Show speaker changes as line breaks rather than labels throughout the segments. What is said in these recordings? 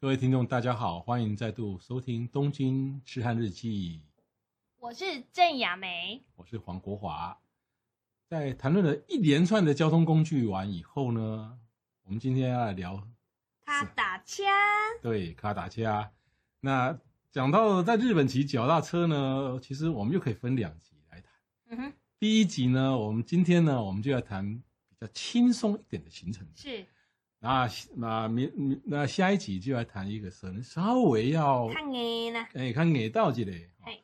各位听众，大家好，欢迎再度收听《东京痴汉日记》，
我是郑雅梅，
我是黄国华。在谈论了一连串的交通工具完以后呢，我们今天要来聊
他打枪，
对卡达切啊。那讲到在日本骑脚踏车呢，其实我们又可以分两集来谈。
嗯哼，
第一集呢，我们今天呢，我们就要谈比较轻松一点的行程。
是
那那明明那下一集就来谈一个可能稍微要
看你呢，
哎、看给到这里
嘿。
哦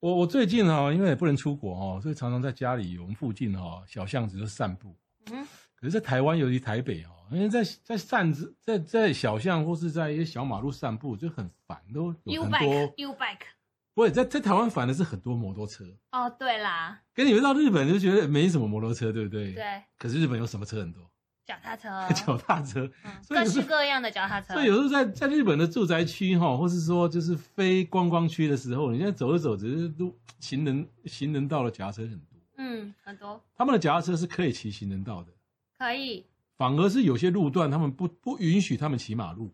我我最近哦，因为也不能出国哦，所以常常在家里我们附近哦小巷子就散步。
嗯哼，
可是，在台湾，尤其台北哦，因为在在巷子在在小巷或是在一些小马路散步就很烦，都
u
有
b
很
i k
多
e。u b i k e
不是在在台湾反的是很多摩托车，
哦，对啦，
跟你们到日本就觉得没什么摩托车，对不对？。
对，啊
可是日本有什么车很多？
脚踏车，
脚踏车。
嗯
所以有
各
时
式各样的脚踏车
所，以有时候在在日本的住宅区哈，或是说就是非观光区的时候，你现在走着走着，路行人行人道的脚踏车很多，
嗯，很多
他们的脚踏车是可以骑行人道的，
可以，
反而是有些路段他们不不允许他们骑马路，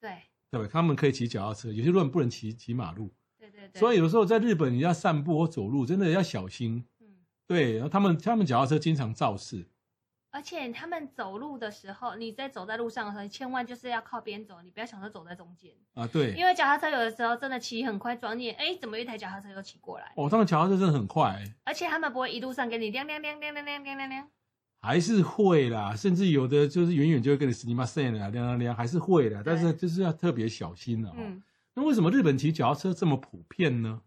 对
对吧？他们可以骑脚踏车，有些路段不能骑骑马路，
对对对，
所以有时候在日本你要散步或走路，真的要小心。
嗯，
对，然后他们他们脚踏车经常肇事，
而且他们走路的时候，你在走在路上的时候，千万就是要靠边走，你不要想说走在中间，
啊，对
因，为脚踏车有的时候真的骑很快，转眼哎，怎么一台脚踏车又骑过来？
哦，他们脚踏车真的很快、
而且他们不会一路上给你亮亮亮亮亮亮亮亮亮，
还是会啦，甚至有的就是远远就会跟你 s n i m a s e n 啊，凉凉凉，还是会啦，
对
但是就是要特别小心了、哦。
嗯。
那为什么日本骑脚踏车这么普遍呢？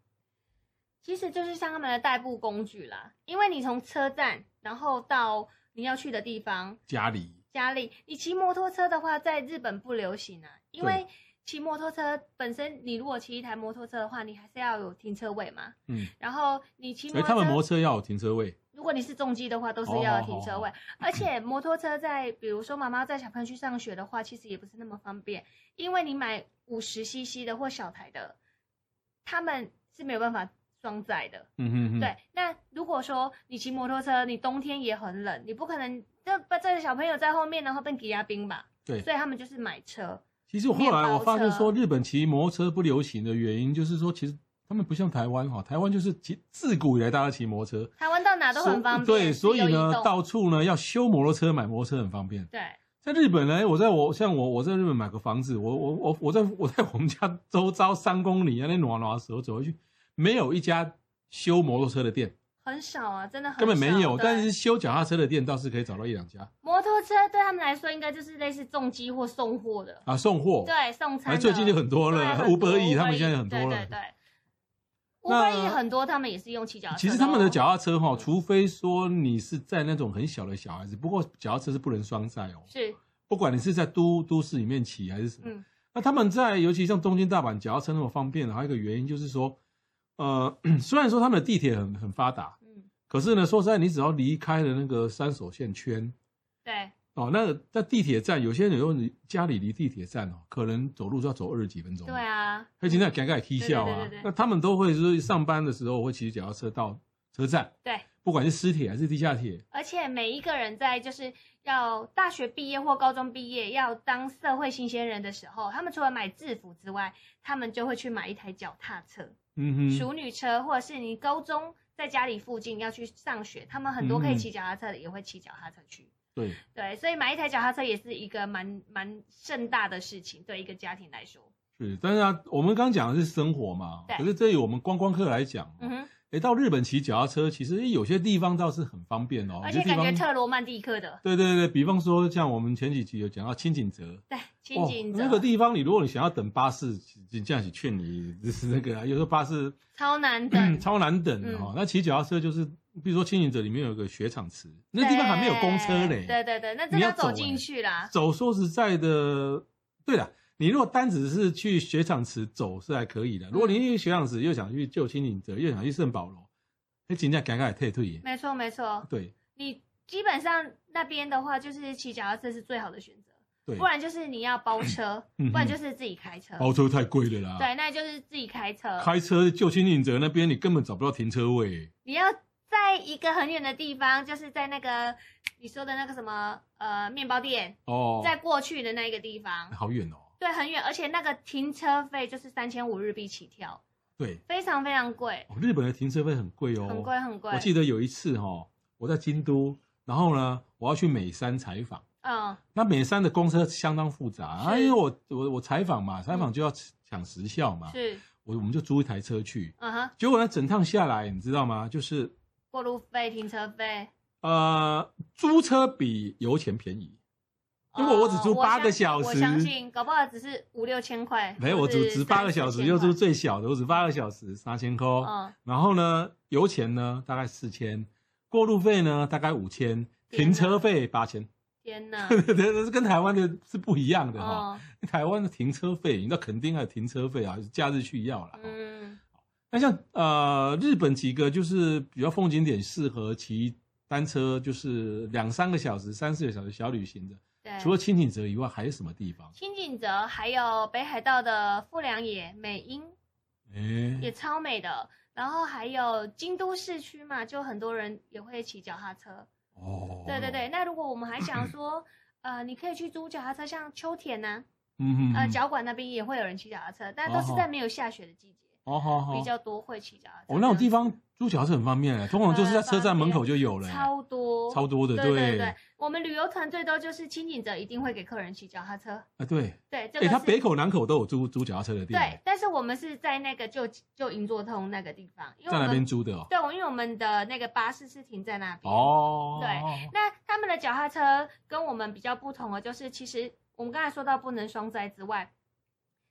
其实就是像他们的代步工具啦，因为你从车站，然后到你要去的地方，
家里
家里，你骑摩托车的话，在日本不流行啊，因为骑摩托车本身，你如果骑一台摩托车的话，你还是要有停车位嘛。
嗯，
然后你骑
所哎
摩
以他
托
们
车，
摩哦托车要有停车位，
如果你是重机的话，都是要有停车位。而且摩托车在，比如说妈妈带小朋友去上学的话，其实也不是那么方便，因为你买五十 CC 的或小台的，他们是没有办法装载的。
嗯哼哼，
对，那如果说你骑摩托车，你冬天也很冷，你不可能这这个小朋友在后面，然后被挤压冰吧？
对
所以他们就是买车，
其实我后来我发现说，日本骑摩托车不流行的原因，就是说其实他们不像台湾哈、台湾就是骑自古以来大家骑摩托车，
台湾到哪都很方便，
对，所以
自由移
呢
动
到处呢要修摩托车、买摩托车很方便。
对
在日本呢，我在我像我我在日本买个房子，我我我我在我在我们家周遭三公里啊，那暖暖的时候走回去，没有一家修摩托车的店，
很少啊，真的很少
根本没有。
对
但是修脚踏车的店倒是可以找到一两家
摩托车对他们来说，应该就是类似重机或送货的，
啊，送货。
对，送餐
啊，
的。
最近就很多
多
了
很多
，Uber E
Uber
他们现在很多
对对
了。
对。啊乌
那
龟也很多，他们也是用骑脚踏车。
其实他们的，脚踏
嗯
车哈、除非说你是在那种很小的小孩子，不过脚踏车是不能双载哦。
是
不管你是在都都市里面骑还是什么，
嗯
那他们在尤其像东京、大阪脚踏车那么方便，还有一个原因就是说，呃， 虽然说他们的地铁很很发达，
嗯，
可是呢，说实在，你只要离开了那个三手线圈
对，
哦，那在地铁站，有些人有时候你家里离地铁站哦，可能走路就要走二十几分钟，
对，啊，
而且那尴尬踢笑
对对
啊
对对对，
那他们都会就是上班的时候会骑脚踏车到车站，
对。
不管是私铁还是地下铁，
而且每一个人在就是要大学毕业或高中毕业要当社会新鲜人的时候，他们除了买制服之外，他们就会去买一台脚踏车、
嗯哼，
熟女车，或者是你高中在家里附近要去上学，他们很多
嗯
可以骑脚踏车的也会骑脚踏车去。
对。
对，所以买一台脚踏车也是一个蛮蛮盛大的事情，对一个家庭来说。
是，但是啊，我们刚刚讲的是生活嘛，
对
可是对于我们观光客来讲，
嗯哼，
诶，到日本骑脚踏车，其实诶有些地方倒是很方便哦。
而
有些
且
地
感觉
方
特罗曼蒂克的，
对对对，比方说像我们前几集有讲到清景泽，
对，清景
哦、那个
泽
地方你如果你想要等巴士，这样子劝你就是那个啊，有时候巴士，
超难等
超难等
嗯
的哦。那骑脚踏车就是，比如说清景泽里面有个雪场池，那地方还没有公车嘞，
对对对，那真
你
的
要
要走
走欸
进去啦。
走说实在的，对了，你如果单只是去雪场池走是还可以的，如
嗯
果你去雪场池又想去旧青岭泽，又想去圣保罗，哎，请假赶快退退耶。
没错没错，
对
你基本上那边的话就是骑脚踏车是最好的选择，
对
不，然就是你要包车，
嗯哼
不然就是自己开车。
包车太贵了啦。
对，那就是自己开车。
开车旧青岭泽那边你根本找不到停车位，
你要在一个很远的地方，就是在那个你说的那个什么呃面包店，
哦，
在过去的那一个地方，
好远哦。
对，很远，而且那个停车费就是三千五日币起跳，
对，
非常非常贵，
哦日本的停车费很贵哦，
很贵很贵
我。记得有一次哈、我在京都，然后呢，我要去美山采访。
嗯，
那美山的公车相当复杂，
是嗯
啊、因为我我我采访嘛，采访就要抢时效嘛，
是，
我我们就租一台车去。
嗯哼，
结果呢，整趟下来，你知道吗？就是
过路费、停车费。
呃，租车比油钱便宜。如果我只租
呃
八个
相
小时
我相信搞不好只是五六千块。
没有，我
或是
只值八个小时，
3000
就租
块
最小的，我只八个小时三千块。
嗯，
然后呢，油钱呢大概四千，过路费呢大概五千，
天哪
停车费八千。
天哪！
对对对，这跟台湾的是不一样的哈、
哦，
台湾的停车费，你到垦丁还有停车费啊，假日去要啦。
嗯，
那像呃日本几个就是比较风景点适合骑单车，就是两三个小时、三四个小时小旅行的。
对。
除了清景泽以外，还有什么地方？
清景泽，还有北海道的富良野、美瑛
哎，
也超美的。然后还有京都市区嘛，就很多人也会骑脚踏车。
哦，嗯
对对，对，那如果我们还想说，呃，你可以去租脚踏车，像秋田呐、
嗯嗯，
呃，脚馆那边也会有人骑脚踏车，但都是在没有下雪的季节，
哦好好，
比较多会骑脚踏车。
哦那种地
方
方租脚是很方便的，啊通常就是在车站门口就有了，
呃
欸
超多，
超多的，
对对
对
对，我们旅游团最多就是清景泽一定会给客人骑脚踏车，
啊对，
对，这
哎，
个
它
是
北口南口都有租租脚踏车的店，
对，，但是我们是在那个就就银座通那个地方，因为
在
我
那
们
边租的哦，
对，我因为我们的那个巴士是停在那边。。
哦，
对那他们的脚踏车跟我们比较不同的就是，其实我们刚才说到不能双载之外，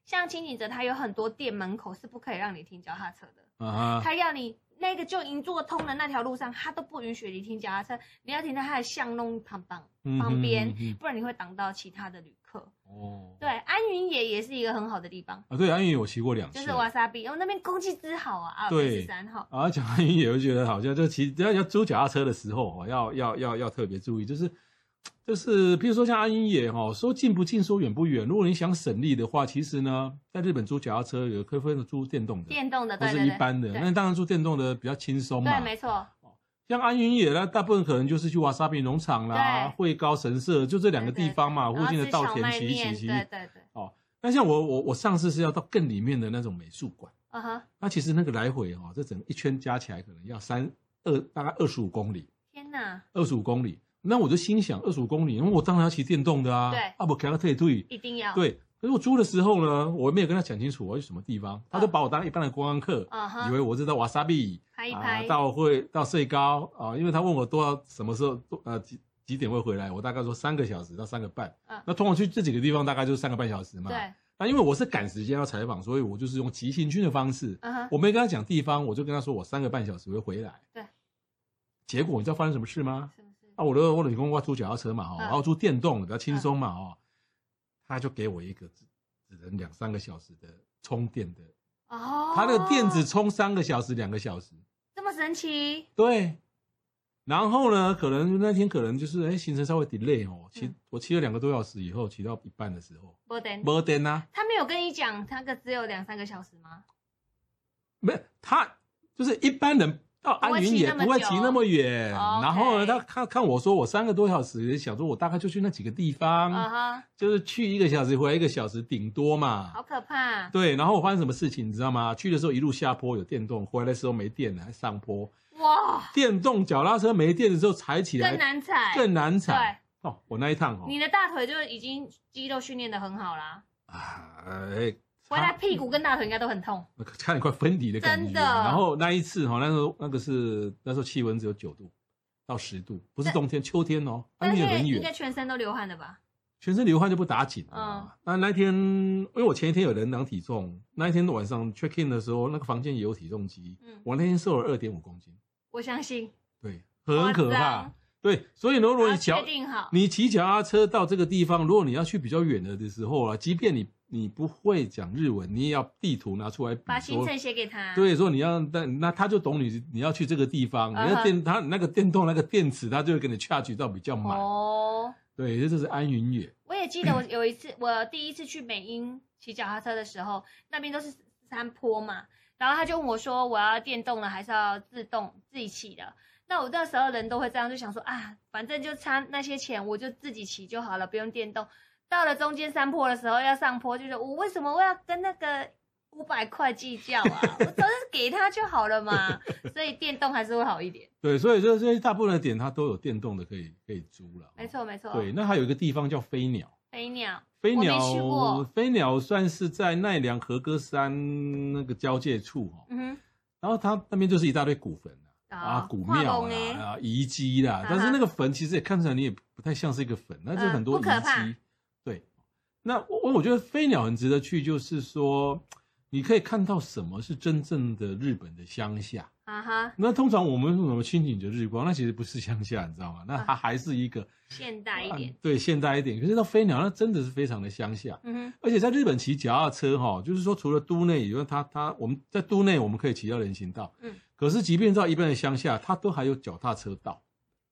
像清景泽它有很多店门口是不可以让你停脚踏车的，
啊哈，
它要你那个就银座通的那条路上，它都不允许你停脚踏车，你要停在它的巷弄旁旁，
嗯
旁
嗯
边
嗯嗯
不然你会挡到其他的旅客。
哦，
对，安云野也是一个很好的地方，
啊，对，安云我骑过两
就
次
是。瓦萨比，我哦们那边空气之好啊，啊，
对
十三号，
啊，讲安云也会觉得好像就骑只要要租脚踏车的时候，哦要要要要特别注意，就是就是，譬如说像安云野哈，说近不近，说远不远。如果你想省力的话，其实呢，在日本租脚踏车有可分租电动的，
电动的，
或
啊对
是
对
一
对，
般的。那当然租电动的比较轻松嘛
对，。没错，
像安云野呢，大部分可能就是去瓦萨比农场啦、
对
惠高神社，就这两个地方嘛，
然
附
后
近的
吃
稻
小
田
麦
骑一骑
面，
骑。
对对对，
那像我我我上次是要到更里面的那种美术馆。
嗯哼，
那其实那个来回哦，这整一圈加起来可能要三二大概二十五公里，
天哪，
二十五公里。那我就心想，二十五公里，因为我当然要骑电动的啊，
对啊
啊不，给他退退，
一定要，
对。可是我租的时候呢，我没有跟他讲清楚我要去什么地方，他就把我当一般的观光客，
嗯
以
哼，
为我是到瓦萨比
拍一
啊，
拍，
到会到最高啊，因为他问我多少什么时候多呃几几点会回来，我大概说三个小时到三个半。
嗯
那通常去这几个地方大概就是三个半小时嘛。
对，
那因为我是赶时间要采访，所以我就是用即兴剧的方式，
嗯哼，
我没跟他讲地方，我就跟他说我三个半小时会回来。
对。
结果你知道发生什么事吗？
是不是？
啊，我的我的女工我租脚踏车嘛，哦，
嗯
然后租电动的比较轻松嘛，哦，他就给我一个只只能两三个小时的充电的，
哦，
他那个电子充三个小时、两个小时，
这么神奇，
对。然后呢，可能那天可能就是哎行程稍微 delay 哦，骑
嗯
我骑了两个多小时以后，骑到一半的时候，
波登，
没电啊，
他没有跟你讲他个只有两三个小时吗？
没有，他就是一般人到安云也不会骑那么远。
哦
然后呢，
OK
他看看我说我三个多小时，想说我大概就去那几个地方，
啊哈，
就是去一个小时，回来一个小时，顶多嘛
好。可怕！
对，然后我发生什么事情，你知道吗？去的时候一路下坡有电动，回来的时候没电了，还上坡。
哇，
电动脚踏车没电的时候踩起来
更难踩，
更难踩。哦，我那一趟哦，
你的大腿就已经肌肉训练的很好啦，
啊，哎，
回来屁股跟大腿应该都很痛。
那差点快分离的感觉。
真的
然后那一次哈，那时候那个是那时候气温只有九度到十度，不是冬天，秋天哦，那
但是
边很
应该
远，
全身都流汗的吧？
全身流汗就不打紧
嗯
啊。那那天因为我前一天有人量体重，那一天晚上 check in 的时候，那个房间也有体重机，
嗯，
我那天瘦了二点五公斤，
我相信。
对，很可
夸
怕
张。
对，所以呢，如果
要
你脚
确定好，
你骑脚踏车到这个地方，如果你要去比较远的的时候啊，即便你你不会讲日文，你也要地图拿出来比
把行
说。
程写给他。
对，说你要那那他就懂你你要去这个地方，你
啊嗯
要
哼
电他那个电动那个电池，他就会给你 charge 到比较满。
哦，
对，这就是安云野。
我也记得我有一次，我第一次去美英骑脚踏车的时候，那边都是山坡嘛，然后他就问我说，我要电动的还是要自动自己骑的？那我那时候人都会这样，就想说啊，反正就差那些钱，我就自己骑就好了，不用电动。到了中间山坡的时候要上坡，就是我为什么我要跟那个五百块计较啊？我早是给他就好了嘛。所以电动还是会好一点，
对，所以这这些大部分的点它都有电动的可以可以租了。
没。错没错。
对，，那还有一个地方叫飞鸟。
飞鸟，
飞
我没去
鸟
过，
飞鸟算是在奈良和歌山那个交界处哦，
嗯
然后它那边就是一大堆古坟啊，
哼，
啊古
画
庙
龙
啦，
欸
啊遗迹啦，
哈
但是那个坟其实也看起来你也不太像是一个坟，那就
嗯
很多
不
遗
可怕
迹。对，那我我觉得飞鸟很值得去，就是说你可以看到什么是真正的日本的乡下。
啊哈，
那通常我们我们清景着日光，那其实不是乡下，你知道吗？那它还是一个
现代嗯一点
啊，对现代一点。可是到飞鸟，那真的是非常的乡下。
嗯
而且在日本骑脚踏车哈、就是说除了都内以外，它它我们在都内我们可以骑到人行道，
嗯
可是即便到一般的乡下，它都还有脚踏车道，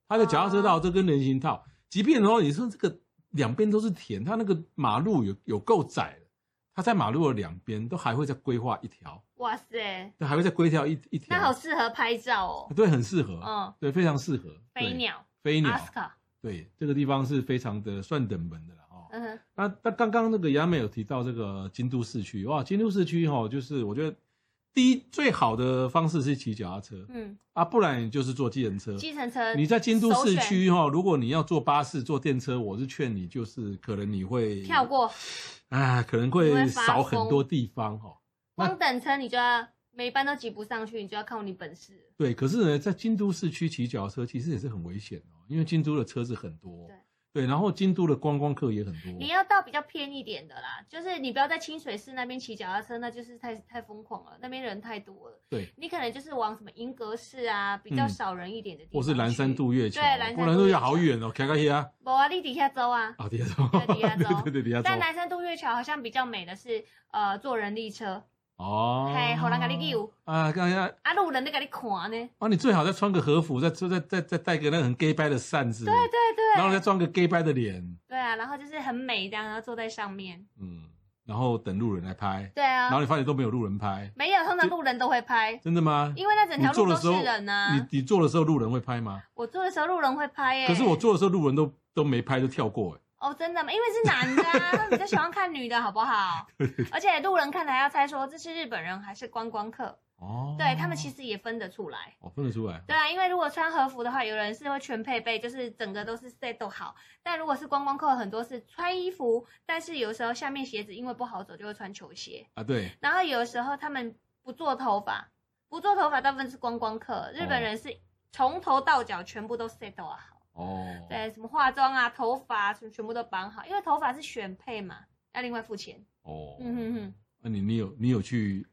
它的脚踏车
哦
道都跟人行道，即便哦你说这个两边都是田，它那个马路有有够窄的，它在马路的两边都还会再规划一条，
哼，哇塞，
都还会再规条一一条，
那好适合拍照 哦。
对，很适合，
嗯，
对，非常适合
飞，鸟，
对飞鸟
阿，斯卡，
对，这个地方是非常的算冷门的了哦。
嗯哼，
那那刚刚那个雅美有提到这个京都市区哇，京都市区哈、就是我觉得第一最好的方式是骑脚踏车、
嗯，
啊，不然就是坐计程车。
计程车，
呃你在京都市
首选
区哈、如果你要坐巴士、坐电车，我是劝你就是可能你会
跳，过
啊，可能
你
会
会发
少
疯
很多地方哈、 那
光等车，你就要每班都挤不上去，你就要靠你本事。
对，可是呢，在京都市区骑脚踏车其实也是很危险哦，因为京都的车子很多，对，然后京都的观光客也很多。
你要到比较偏一点的啦，就是你不要在清水寺那边骑脚踏车，那就是太太疯狂了，那边人太多了。
对，
你可能就是往什么银阁寺啊，比较
嗯
少人一点的地方
或
去。
是蓝山渡月桥，
对蓝
不
山
过蓝山渡
渡
月
月
桥好
桥
远哦，开开车啊。
没啊，你底下走啊。
啊，底下走，
对底下 走
对对对，底下
但
走。
南山渡月桥好像比较美的是，呃，坐人力车，
哦，
嘿给人给你救
啊，刚才
啊，路人在给你看呢。
哦，你最好再穿个和服，再再再再带个那个很 gay 掰的扇子，
对对对，
然后再装个 gay 掰的脸，
对啊，然后就是很美这样，然后坐在上面。
嗯，然后等路人来拍，
对啊
然，后你发现都没有路人拍，
没有，通常路人都会拍，
真的吗？
因为那整条
你坐
路
的
都
时候
是人
你
啊。
你坐的时候路人会拍吗？
我坐的时候路人会拍耶、
可是我坐的时候路人都都没拍就跳过，哎，
哦，真的吗？因为是男的、啊， 他们比较喜欢看女的，好不好？而且路人看了还要猜说这是日本人还是观光客，
哦，
对他们其实也分得出来。
哦分得出来，
对啊，因为如果穿和服的话，有人是会全配备，就是整个都是 set 都好。但如果是观光客，很多是穿衣服，但是有时候下面鞋子因为不好走，就会穿球鞋。
啊，对，
然后有时候他们不做头发，不做头发大部分是观光客，日本人是从头到脚全部都 set 好，
哦，，
对，什么化妆啊、头发啊什么全部都绑好，因为头发是选配嘛，要另外付钱。
哦，
嗯哼哼，
那你你有你有去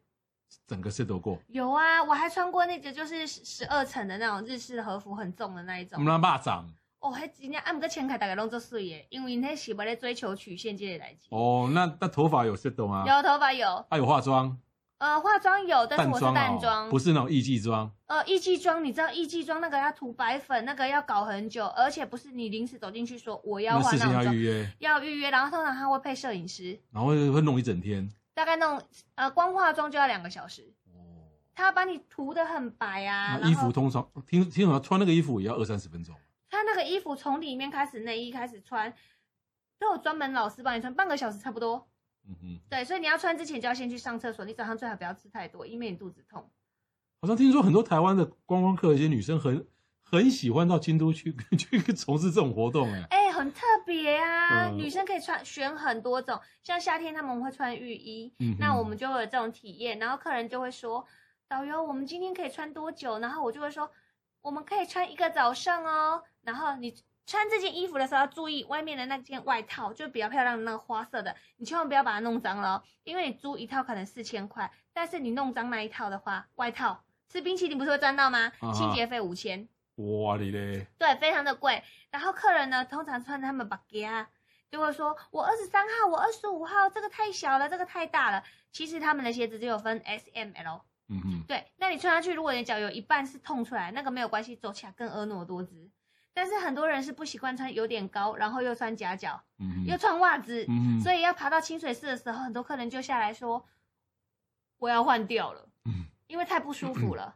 整个 set 过？
有啊，我还穿过那个就是十二层的那种日式和服，很重的那一
我
种
们。那蚂蚱。
哦，迄真正啊，毋过穿起来大家拢做水诶，因为因迄是无咧追求曲线即个代志。
哦，那那头发有 set 吗？
有头发有，
啊，有化妆，
呃，化妆有，但是我是
哦
淡妆，
不是那种艺伎妆。
呃，艺伎妆，你知道艺伎妆那个要涂白粉，那个要搞很久，而且不是你临时走进去说我要
那
化
事情
那
要
种
预
妆，
约，
要预约，然后通常他会配摄影师，
然后会弄一整天。
大概弄呃光化妆就要两个小时，
哦，
他要把你涂的很白啊，
那
然
哦衣
后
服通常听听说穿那个衣服也要二三十分钟。
他那个衣服从里面开始，内衣开始穿，都有专门老师帮你穿，半个小时差不多。
嗯哼，
对，所以你要穿之前就要先去上厕所，你早上最好不要吃太多，以免你肚子痛。
好像听说很多台湾的观光客，一些女生很很喜欢到京都去 去从事这种活动，哎，
哎、很特别啊！
嗯
女生可以穿选很多种，像夏天他们会穿浴衣，
嗯哼
那我们就会有这种体验，然后客人就会说：“导游，我们今天可以穿多久？”然后我就会说：“我们可以穿一个早上哦。”然后你。穿这件衣服的时候要注意外面的那件外套，就比较漂亮的那个花色的，你千万不要把它弄脏了哦，因为你租一套可能四千块，但是你弄脏那一套的话，外套吃冰淇淋不是会沾到吗
啊哈？
清洁费五千。
哇你嘞，
对，非常的贵。然后客人呢，通常穿他们 b a g a 啊就会说我二十三号，我二十五号，这个太小了，这个太大了。其实他们的鞋子只有分 S、M、L。
嗯哼，
对，那你穿上去，如果你脚有一半是痛出来，那个没有关系，走起来更婀娜多姿。但是很多人是不习惯穿有点高，然后又穿夹脚，
嗯
又
哼，
穿袜子，
嗯哼，
所以要爬到清水寺的时候，很多客人就下来说我要换掉了，
嗯
因为太不 舒服了。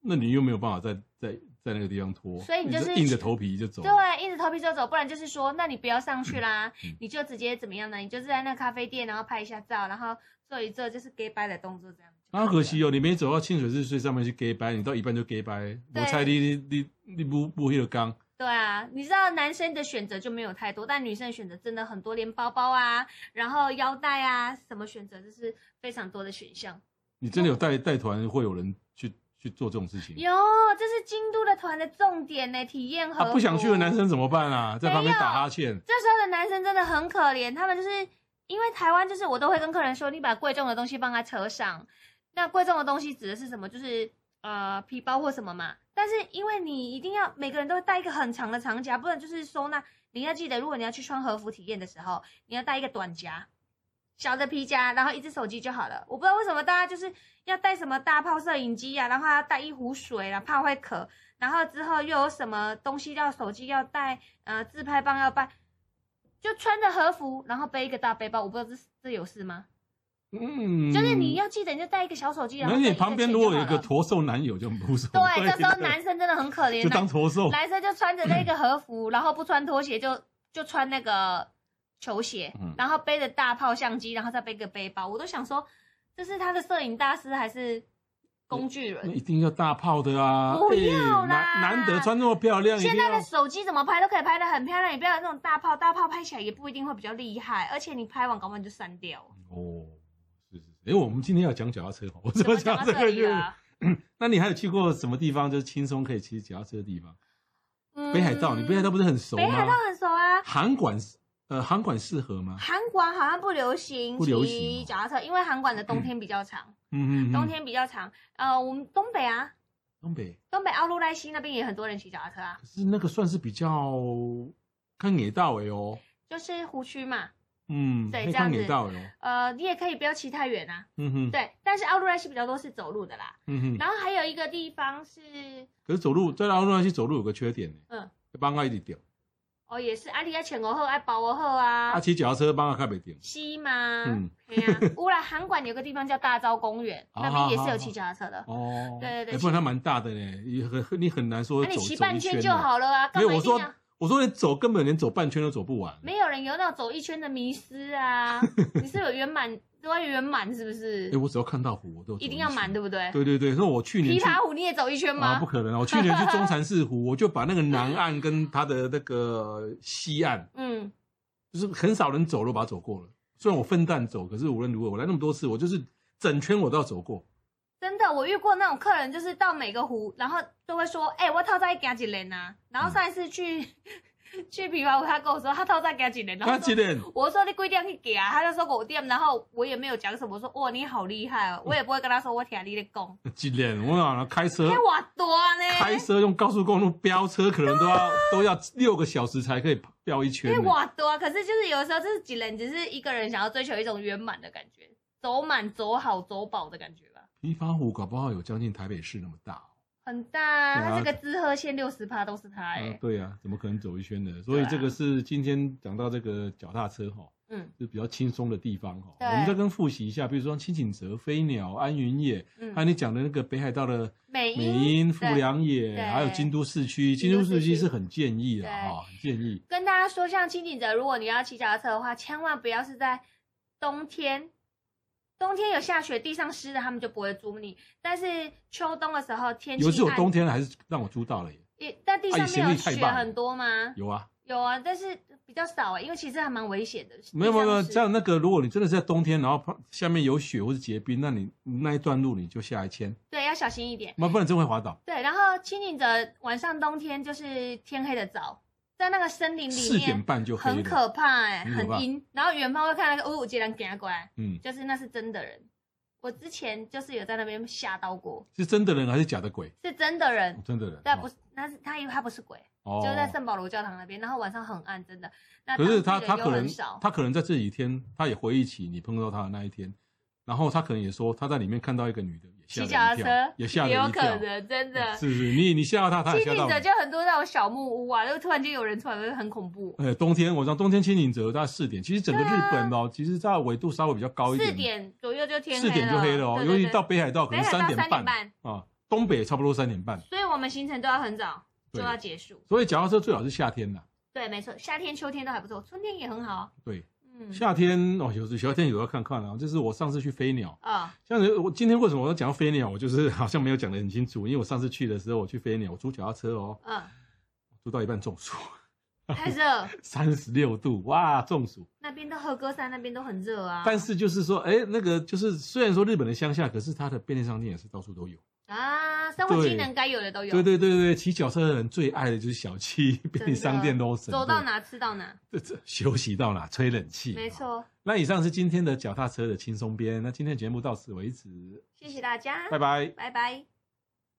那你又没有办法在在在那个地方脱，
所以你就是
硬着头皮就走。
对，啊硬着头皮就走，不然就是说，那你不要上去啦
嗯，
你就直接怎么样呢？你就是在那咖啡店，然后拍一下照，然后做一做就是 gay bye 的动作，这样。
啊，可。惜哦，你没走到清水寺最上面去 gay 拜，你到一半就 gay 拜，
对
我猜你你你你不不会有刚，
对啊，你知道男生的选择就没有太多，但女生的选择真的很多，连包包啊，然后腰带啊，什么选择就是非常多的选项。
你真的有
嗯
带带团会有人去去做这种事情？
哟，这是京都的团的重点呢，体验和、
啊，不想去的男。生怎么办啊？在旁边打哈欠，
这时候的男生真的很可怜，他们就是因为台湾，就是我都会跟客人说，你把贵重的东西放在车上。那贵重的东西指的是什么？就是呃皮包或什么嘛。但是因为你一定要每个人都会带一个很长的长夹，不然就是收纳。你要记得，如果你要去穿和服体验的时候，你要带一个短夹，小的皮夹，然后一只手机就好了。我不知道为什么大家就是要带什么大炮摄影机啊呀、然后还要带一壶水啦，怕会渴。然后之后又有什么东西要手机要带，呃，自拍棒要带，就穿着和服，然后背一个大背包。我不知道这这有事吗？
嗯，
就是你要记得，你就带一个小手机，然后
而
带
且
一个
旁边
钱
如果有一
就好
个
了
驼兽男友就无所谓，
对，这时候男生真的很可怜，啊
就当驼兽，
男生就穿着那个和服，然后不穿拖鞋就，就穿那个球鞋，
嗯
然后背着大炮相机，然后再背个背包。我都想说，这是他的摄影大师还是工具
那
人？
一定要大炮的啊！
不要
哎
啦
难难得穿那么漂亮，一定
现在
要
的手机怎么拍都可以拍得很漂亮，你不要有那种大炮，大炮拍起来也不一定会比较厉害，而且你拍完搞不好你就删掉了。
哦，是是是，哎，我们今天要讲脚踏车哦，我 怎
怎
么
么讲
讲
到
这
这
个
里啊
就？
了？
那你还有去过什么地方就是轻松可以骑脚踏车的地方？
嗯
北海道，你北海道不是很熟
北海
吗
道？很熟啊，
韩馆呃，韩馆适合吗？
韩馆好像不流行
不流行
骑
哦
脚踏车，因为韩馆的冬天比较长，
嗯嗯，嗯
冬天比较长。呃，我们东北啊，
东北，
东北奥路莱西那边也很多人骑脚踏车啊，
可是那个算是比较看野道哎哦，
就是湖区嘛。
嗯，
对
可以
这样
看
子
野道哎哦，
呃，你也可以不要骑太远啊。
嗯哼，
对，但是奥路莱西比较多是走路的啦。
嗯哼。
然后还有一个地方是，
可是走路在奥路那去走路有个缺点呢，
嗯，
帮我一直掉，
哦，也是阿里爱前鹅后爱保鹅后啊
啊，，骑脚踏车帮我看不掉。
西嘛，
嗯啊
对呀。乌来韩馆有个地方叫大昭 公园，
好
那边也
好
是
好
有骑脚踏车的。
哦，
对对对
哎不然它蛮大的呢，也很你很难说
那
走
你
走
骑
一
半圈
圈
就
呢。
好了啊，
没
干
有，
嘛一
我
定
说
要？
我说你走根本连走半圈都走不完。
没有人有那种走一圈的迷 失啊！你是有圆满，都要圆满是不是
哎，？我只要看到湖，我都
一定要满，对
的。
不对？
对对对，那我去年
琵
去
琶湖你也走一圈
啊，
哎吗
不？可能啊！我去年去 中禅寺湖，我就把那个南岸跟它的那个西岸，
嗯，
就是很少人走路把它走过了。虽然我分段走，可是无论如何我来那么多次，我就是整圈我都要走过。
真的，我遇过那种客人，就是到每个湖，然后都会说：“哎、我套在加几人啊。”然后上一次去、 去琵琶湖，他跟我说他套在加几人，然后
那
说
啊几点？
我说你规定去给啊，他就说我店，然后我也没有讲什么，我说哇你好厉害哦，我也不会跟他说我听你的讲，
几点？我好像开车
哎，我多
开
呢，
车用高速公路飙车，可能都要都要六个小时才可以飙一圈
啊哎
呢。
我多，可是就是有的时候就是几人只是一个人想要追求一种圆满的感觉，走满走好走饱的感觉吧，
琵琶湖搞不好有将近台北市那么大哦。
很大啊，
对啊
他这个自贺线六十趴都是他哎、
啊，对呀、啊，怎么可能走一圈呢？所以
对啊
这个是今天讲到这个脚踏车哈、
嗯
是比较轻松的地方哈、
对
我们再跟复习一下，比如说青井泽、飞鸟、安云野，还有
嗯，
你讲的那个北海道的
美
美
英
瑛、富
对
良野，
对
还有京都市区。
京
京
都
都
市
市
区
区是很建议的
对
哈、很建议。
跟大家说，像清景泽，如果你要骑脚踏车的话，千万不要是在冬天。冬天有下雪，地上湿的，他们就不会租你。但是秋冬的时候，天气
有是有
暗
冬天还是让我租到了耶，
也但地
啊
上
你行
面有
李太
雪
棒了
很多吗？
有啊，
有啊，但是比较少啊、因为其实还蛮危险的。
没有没有没有，
地上湿
这样那个，如果你真的是在冬天，然后旁下面有雪或是结冰，那你那一段路你就下来签，
对要小心一点。
那不然真会滑倒。
对，然后清景泽晚上冬天就是天黑的早，在那个森林里
四点
面
半就黑
很
了，
可怕哎、
很可怕
很阴。然后远方会看那个呜呜接人赶过来，
嗯，
就是那是真的人。我之前就是有在那边吓到过，
是真的人还是假的鬼？
是真的人，啊
真的人，
但
哦
不是，那是他以为他不是鬼，
哦
就是在圣保罗教堂那边，然后晚上很暗，真的。那
可是
当
他他
地人又
可能
很少，
他可能在这几天，他也回忆起你碰到他的那一天，然后他可能也说他在里面看到一个女的也吓
骑
了
脚踏
一跳
车，
也吓了
有
一
可
跳，
能，真的。
是不是？你你吓到他，他也
清
吓
明
到
者
你。
就很多那种小木屋啊，就突然间有人出来，会很恐怖。
呃，冬天我知道冬天清明折大概四点，其实整个
对
日
啊
本哦，其实它的纬度稍微比较高一点，
四点左右就天
四
黑了，
点就黑了哦，
对
尤
对
其
对
到北海道可能
北海道
三点
3点
半
半
啊，东北差不多三点半，
所以我们行程都要很早就
对
要结束。
所以脚踏车最好是夏天啦。
对，没错，夏天、秋天都还不错，春天也很好。
对，
嗯，
夏天哦，有时夏天有要看看啊，就是我上次去飞鸟，
啊、
像是我今天为什么我要讲到飞鸟，我就是好像没有讲得很清楚，因为我上次去的时候我去飞鸟，我租脚踏车哦，
嗯，
租到一半中暑，
太热，
三十六度哇中暑，
那边都和歌山那边都很热啊。
但是就是说，哎，那个就是虽然说日本的乡下，可是它的便利商店也是到处都有。
啊，生活
对
机能该有的都有，
对对对对，骑脚车的人最爱的就是小七便利商店都神，
走到哪吃到哪，
这这休息到哪吹冷气，
没。错。
那以上是今天的脚踏车的轻松编，那今天节目到此为止，
谢谢大家，
拜拜。
拜拜